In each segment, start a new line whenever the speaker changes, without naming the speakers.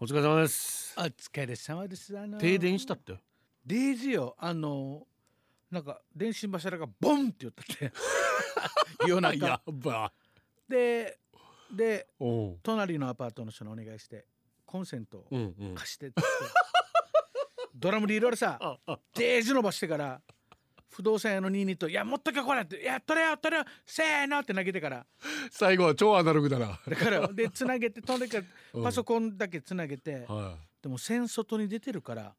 お疲れ様です
お疲れ様ですあの
停電したって
デイジよあのなんか電信柱がボンって言ったって 夜中
ば
でで
おう
隣のアパートの人にお願いしてコンセントを
うんうん
貸してって言ってドラムでいろいろさ
ああ
デージ伸ばしてから不動産屋のニーニーと「いや持っとけこれ」って「いや取れよ取れよせーの」って投げてから
最後は超アナログだな
だからでつなげて飛んでからパソ
コ
コンだけつなげて
は
でも線外に出てるから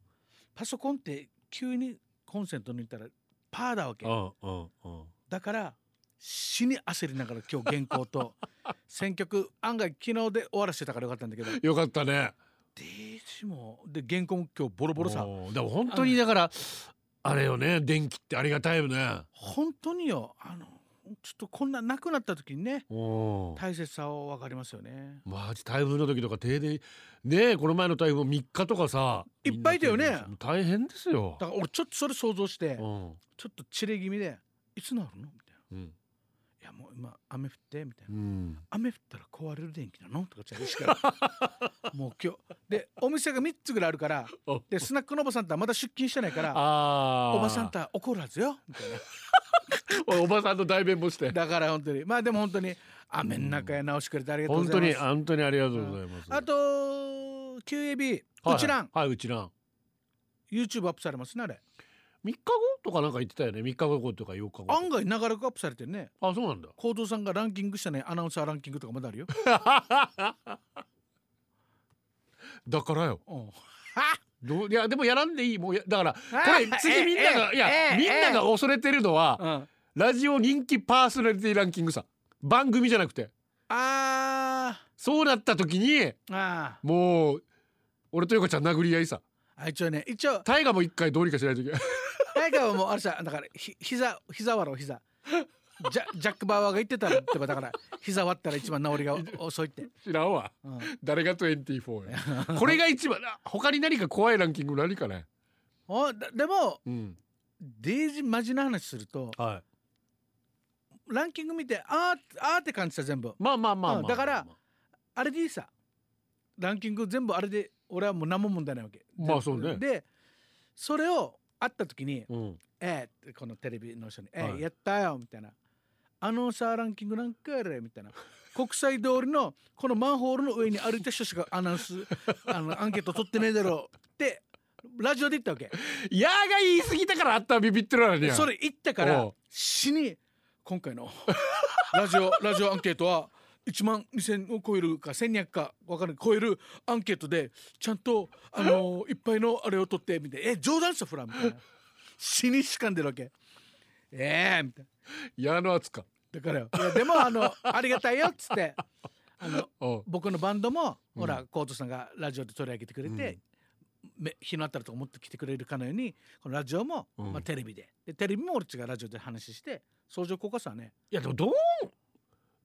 パソコンって急にコンセント抜いたらパーだわ
い
け
うんうんうん
だから死に焦りながら今日原 稿と選曲案外昨日で終わらせてたからよかったんだけどデ
よかったね
ージもで原稿も今日ボロボロさ
おうでも本当にだからあれよね電気ってありがたいよね
本当によあのちょっとこんななくなった時にね
おう
大切さを分かりますよね
マジ台風の時とか停電ねえこの前の台風3日とかさ
いっぱいだよね
みんな停電大変ですよ
だから俺ちょっとそれ想像し
う
て
ん
ちょっとチレ気味で「いつなるの?」みたいな
うん
「いやもう今雨降って」みたいな
うん
雨降ったら壊れる電気なのとかチャレンジからもう今日でお店が3つぐらいあるから
お
でスナックのおばさんとはまだ出勤してないから
あー
おばさんとは怒るはずよみたい
おおばさんの代弁もして
なだから本当にまあでも本当に雨の中へ直してくれてありがとうご
本
ざ
当
いま
に
す
本当にありがとうございます、
あと QAB
はいう
ちらん
はい、うちらん
YouTube アップされますねあれ
3日後とかなんか言ってたよね3日後とか4日後
案外長らくアップされてるね
あそうなんだ
高藤さんがランキングしたねアナウンサーランキングとかまだあるよ
だからよ
うん
どういやでもやらんでいいもうや だからこれ
あ
次みんなが
え
いや
え
みんなが
え
恐れてるのは
うん
ラジオ人気パーソナリティランキングさ番組じゃなくて
あ
そうなった時に
ーあー
もう俺とゆかちゃん殴り合いさ
あ一応ね一応
大河も一回どうにかしないといけ ない
大河はもうあれさだからひ膝膝割ろう膝ジャジャック・バウアーが言ってたらってばだから膝割ったら一番治りが遅いって、
知らんわ
うん、
誰が24や これが一番あ他に何か怖いランキング何かね
おだでも
うん
デイジマジな話すると
はい
ランキング見てあーあーって感じた全部
まあまあまあ、まあ
うんだからあれでいいさランキング全部あれで俺はもう何も問題ないわけ
まあそうね
でそれを会った時に
うん
「えーってこのテレビの人に「えー
はい
やったよ」みたいな「あのさランキングなんかやれ」みたいな国際通りのこのマンホールの上に歩いた人しかアナウ ンスあのアンケート取ってねえだろうってラジオで言ったわけ
いやーが言い過ぎたからあったビビってるのに
それ言ったか
お
ら
う
死に今回のラ ジオラジオアンケートは1万2000を超えるか1200か分からない超えるアンケートでちゃんと、あのーいっぱいのあれを取ってみたいな「え冗談したフラ」みたいな死にしかんでるわけええみたいな。
矢の圧か
だからよいやでもあのありがたいよっつってあの
うん
僕のバンドも
うん
ほら、コートさんがラジオで取り上げてくれて、め日の当たると思ってきてくれるかのようにこのラジオも、
うん
まあ、テレビででテレビも俺たちがラジオで話して相乗効果さはね
いやでもどう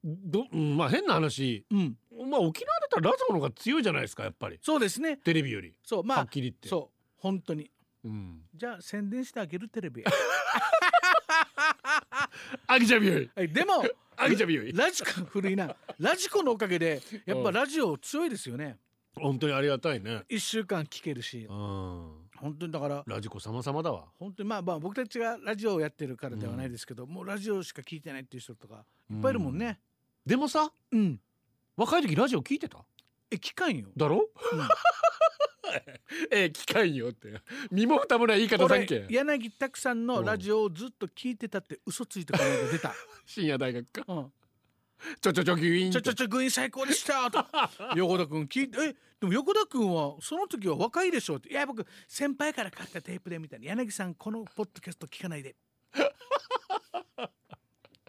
ど、うん、まあ変な話
うん
まあ沖縄だったらラジオの方が強いじゃないですかやっぱり
そうですね
テレビより
そうま
はっ
あ
きり言って
そう本当に
うん
じゃあ宣伝してあげるテレ ビ
アギちゃんより
はいでも
アギちゃんより
ラジコ古いなラジコのおかげでやっぱラジオ強いですよね
本当にありがたいね
1週間聞けるし
うん
本当にだから
ラジコ様様だわ
本当にまあまあ僕たちがラジオをやってるからではないですけど、もうラジオしか聞いてないっていう人とか
い
いっぱいいるもんね。
でもさ
うん、
若い時ラジオ聞いてた
え聞かんよ。
だろ ええ機械よって身も蓋もない言い方だ
俺
っけ
柳拓さんのラジオをずっと聞いてたって嘘ついてこの間出た。
深夜大学か
うん、
ちょちょちょギュイーン
ちょちょ
ょ
ちょ軍員最高でした と横田君聞いてえでも横田君はその時は若いでしょっていや僕先輩から買ったテープでみたいな柳さんこのポッドキャスト聞か ないで。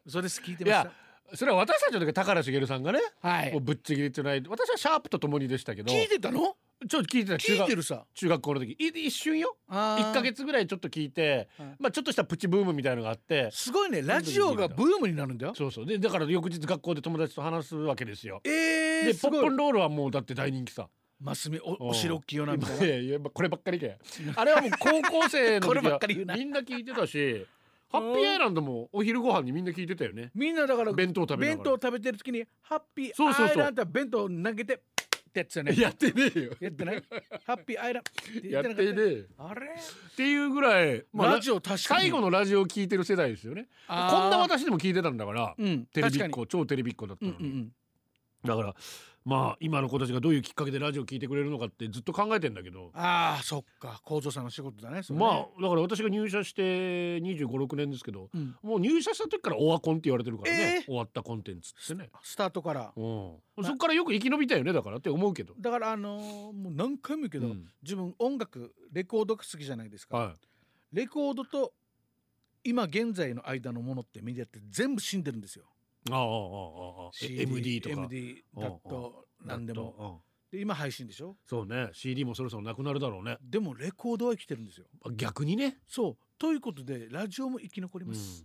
そうです聞いてまし
いやそれは私たちの時高良茂さんがね
た。は
もう
い。
ぶっちぎりてない私はシャープと共にでしたけど
聞いてたの？
ちょっと聞いてた中
聞いて
学
るさ。
中学校の時い一瞬よ
あー
1か月ぐらいちょっと聞いて
はい
まあちょっとしたプチブームみたいのがあって
すごいねラジオがブームになるんだよ
そうそうでだから翌日学校で友達と話すわけですよ
え
で
ー、す
ポッ
ご
ポ
い
ンロールはもうだって大人気さ
マスミ
うん
おお城大きいよなみたい
い
な
やいやまあこればっかりけあれはもう高校生の時は
こればっかり 言うな
みんな聞いてたしハッピーアイランドもお昼ご飯にみんな聞いてたよね
みんなだから
弁当食べな
弁
が
当
ら
食べてる時にハッピ
そうそうそう
ーアイランドは弁当投げてってやつじゃない
やってねえよ
やってないハッピーアイランド
やってね
い
え
あれ、
っていうぐらい、まあ、
ラジオ確かに
最後のラジオを聞いてる世代ですよねこ
あー
んな私でも聞いてたんだから
うん、
テレビ
確か
っ
に
子超テレビっ子だった
う
の
ん
に、
うんうん
だからまあ今の子たちがどういうきっかけでラジオ聞いてくれるのかってずっと考えてんだけど、
ああそっか構造さんの仕事だねそれね
まあだから私が入社して2 5 6年ですけど
うん
もう入社した時からオワコンって言われてるからね、
えー
終わったコンテンツってね、
スタートから
うん、そっからよく生き延びたよねだからって思うけど、
だからあのーもう何回も言うけ
う
ど、
ん
自分音楽レコードが好きじゃないですか、
は
レコードと今現在の間のものってメディアって全部死んでるんですよ
い、ああああああああ
CD
MD とか
MD だと何でも
も、
で今配信でしょ
うんそうね CD もそろそろなくなるだろうね
でもレコードは生きてるんですよ
逆にね、
そうということでラジオも生き残ります、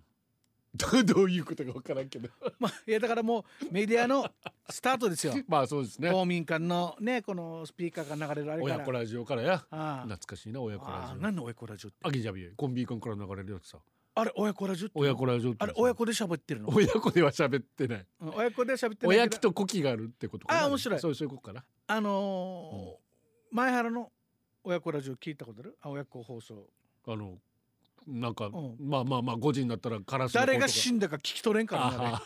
うん、 どういうことかわからんけど
まあいやだからもうメディアのスタートですよ
まあそうです ね
公民館のねこのスピーカーが流れるあれから
親子ラジオからや
あ
懐かしいな親
あ
子ラ
ああ
ジオ
何の親子ラジオって
あきじゃびえコンビニ君から流れるやつさ
あれ親子ラジオって
親子ラジオって
あ
さ
れ親子で喋ってるの
親子では喋って ない
うん親子で喋ってない
親
け
父
ど
とコキがあるってことかな
あ面白い
そうそういうことかな
あのー前原の親子ラジオ聞いたことあるあ親子放送
あのなんか、
ん
まあまあまあ5時になったらカラスの声とか
誰が死んだか聞き取れんからなあれ
あ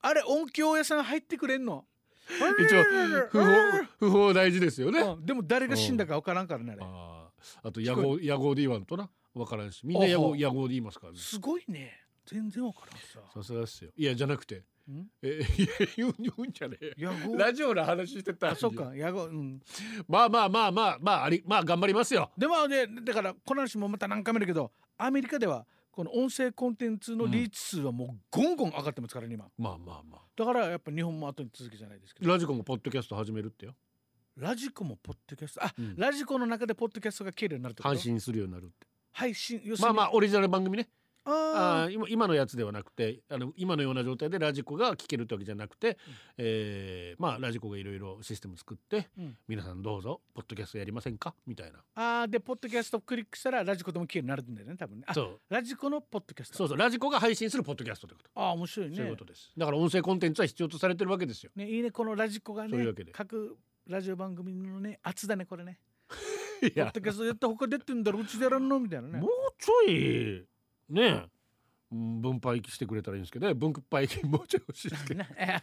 あれ音響屋さん入ってくれんの
一応不 法不法大事ですよね、
うんでも誰が死んだか分からんからねあれ
あーあと野号野号で言わんとなわからんしみんな野
あ
号
は
野号で言いますからね
すごいね全然分からんさ
さすがですよいやじゃなくて
ん
えいや言うん言うんじゃねえよ
野号
ラジオの話してたの
あ
に
そうか野号うん
まあまあまあまあまあありまあ頑張りますよ
でもねだからこの話もまた何回もだけどアメリカではこの音声コンテンツのリーチ数はもうゴンゴン上がってますからね今
まあまあまあ
だからやっぱ日本も後に続きじゃないですけど
ラジコもポッドキャスト始めるってよ
ラジコもポッドキャストあ、
うん
ラジコの中でポッドキャストが消えるようになるってこと
配信するようになるって
配信要す
ま
る
あ
に
まあオリジナル番組ね
あ
あー今今のやつではなくてあの今のような状態でラジコが聞けるってわけじゃなくて、えーまあラジコがいろいろシステム作って、
うん
皆さんどうぞポッドキャストやりませんかみたいな
ああーでポッドキャストをクリックしたらラジコでも消えるようになるんだよね多分ねあ
そう
ラジコのポッドキャスト
そうそうラジコが配信するポッドキャストってこと、
ああ面白いね
そういうことですだから音声コンテンツは必要とされてるわけですよ
ねいいねこのラジコ
そ
が
ういう
ね
わけで
各ラジオ番組のね圧だねこれね
い
ポッドキャストやった他出てんだろうちでやらんのみたいなね
もうちょいねうん分配してくれたらいいんですけどね分配もうちょい欲しいですけど
な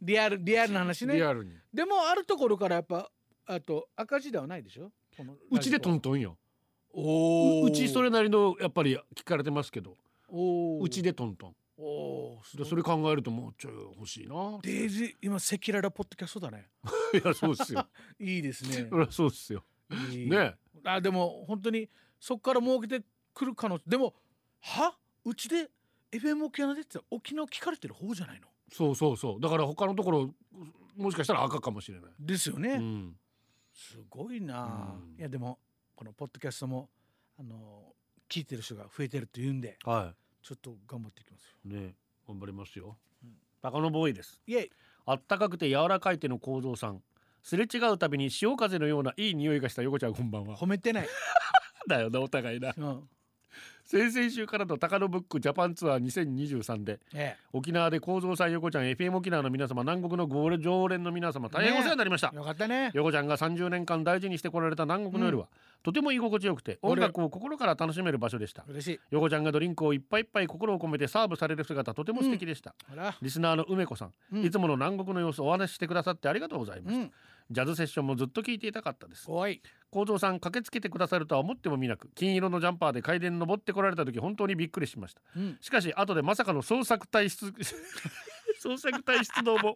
リアルリアルな話
リ
ね
アルに
でもあるところからやっぱあと赤字ではないでしょこのラジコ
うちでトントンよ
お
う
ー
うちそれなりのやっぱり聞かれてますけど
おー
うちでトントン
おーすご
で
い
それ考えるともうちょい欲しいな
デイジー今赤裸々ポッドキャストだね
いやそうっす よ
いいですね
そりゃそうっすよ
いい
ね
あでも本当にそこから儲けてくる可能性でもはうちで FM 沖縄でって言ったら沖縄聞かれてる方じゃないの
そうそうそうだから他のところもしかしたら赤かもしれない、
ですよね、
うん、
すごいなあ、
うん
いやでもこのポッドキャストもあの聞いてる人が増えてると言うんで
は
ちょっと頑張っていきますよ
いね頑張りますよ
うん
バカのボーイです
イエイ
あったかくて柔らかい手の構造さんすれ違うたびに潮風のようないい匂いがした横ちゃんこんばんは
褒めて ない、
だよなお互いな
うん
先々週からの高野ブックジャパンツアー2023で
え
沖縄で構造さん横ちゃん FM 沖縄の皆様南国のゴール常連の皆様大変お世話になりました、
え、よかったね
横ちゃんが30年間大事にしてこられた南国の夜は、とても居心地よくて音
俺
楽を心から楽しめる場所でした
嬉しい
横ちゃんがドリンクをいっぱいいっぱい心を込めてサーブされる姿とても素敵でした、
ほら、
リスナーの梅子さん、
うん
いつもの南国の様子をお話ししてくださってありがとうございま
う
す、
ん、
ジャズセッションもずっと聞いていたかったです
おい
構造さん駆けつけてくださるとは思ってもみなく金色のジャンパーで階段登ってこられた時本当にびっくりしました
うん、
しかし後でまさかの捜索隊 出捜索隊出動 も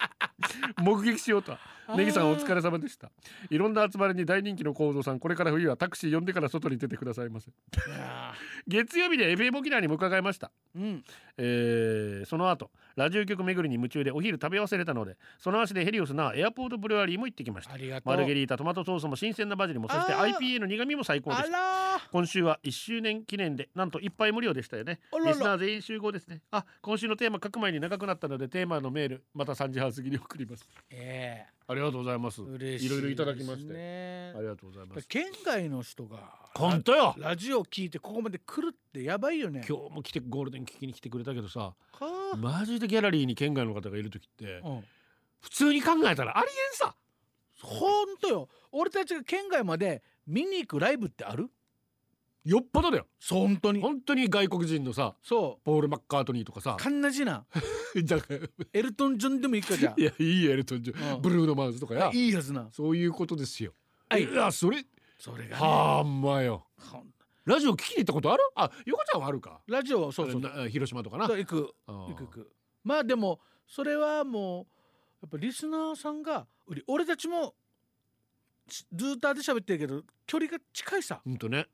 目撃しようとは
あー
ネギさんお疲れ様でしたいろんな集まりに大人気の構造さんこれから冬はタクシー呼んでから外に出てくださいませ
いやあ
月曜日には FM 沖縄にも伺いました
うん
えーその後ラジオ局巡りに夢中でお昼食べ忘れたのでその足でヘリオスなエアポートブルワリーも行ってきました
ありがとう
マルゲリータトマトソースも新鮮なバジルもそして
あー
IPA の苦味も最高で
あ
した
らー
今週は1周年記念でなんといっぱい無料でしたよね
あらら
リスナー全員集合ですねあ今週のテーマ書く前に長くなったのでテーマのメールまた3時半過ぎに送ります
え
ありがとうございます
え嬉しい
ろいろいただきまして
ですね
ありがとうございます
県外の人が
本当よ
ラジオ聞いてここまで来るってやばいよね
今日も来てゴールデン聞きに来てくれたけどさ
か
マジでギャラリーに県外の方がいる時って
うん
普通に考えたらありえんさ
ほんとよ俺たちが県外まで見に行くライブってある
よっぽどだよ
そう本当に
本当に外国人のさ
そ
ポール・マッカートニーとかさ
うかんな じな
だから
エルトン・ジョンでもいいかじゃ
いやいいエルトン・ジョン
あ、うん
ブルーノ・マーズとかや
いいはずな
そういうことですよ
はい
やそれ
それが、ね、
はあんまよ
ほん
ラジオ聞きに行ったことあるあ横ちゃんはあるか
ラジオはそうそう
な広島とかな
そう行く
あー
行く行くまあでもそれはもうやっぱリスナーさんがうり俺たちもしずーっとあれで喋ってるけど距離が近いさ
うんとね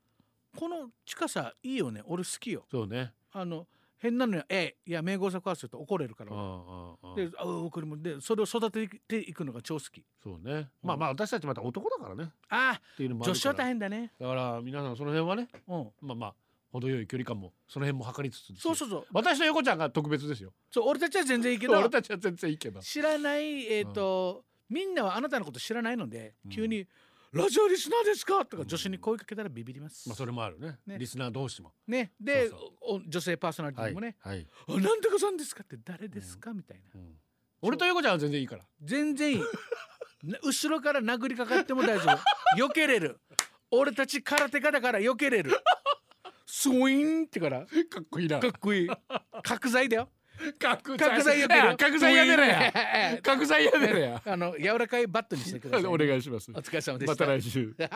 この近さいいよね俺好きよ
そうね
あの変なのよええいや名号作はすると怒れるか
あ
ら
あああ
であこれもでそれを育てていくのが超好き
そうねまあまあ私たちまた男だからね
あ
っていうのも
あ
あるか
女子は
ら
大変だね
だから皆さんその辺はね
うん
まあまあ程よい距離感もその辺も測りつつです
そ
よ
うそうそう
私と横ちゃんが特別ですよ
そう俺たちは全然いいけど
俺たちは全然いいけど
知らないえっ、と、みんなはあなたのこと知らないので、
うん
急に「ラジオリスナーですか?」と
う
か
ん
女子に声かけたらビビります、
まあそれもあるね
ね
リスナー同士も
ねで
そう
お女性パーソナリティ
は
に
い
もね
はい
「あなんとかさんですか?」って誰ですか、みたいな
うん俺と横ちゃんは全然いいから
全然いいな後ろから殴りかかっても大丈 夫避けれる俺たち空手家だから避けれるスウィーンってか
か
ら
っこいいな
かっこいい角材だよ
角
角材やめろ
角材やめろ や
や
角材やめろや
あの柔らかいバットにしてください、
お願いします
お疲れ様でした
また来週
来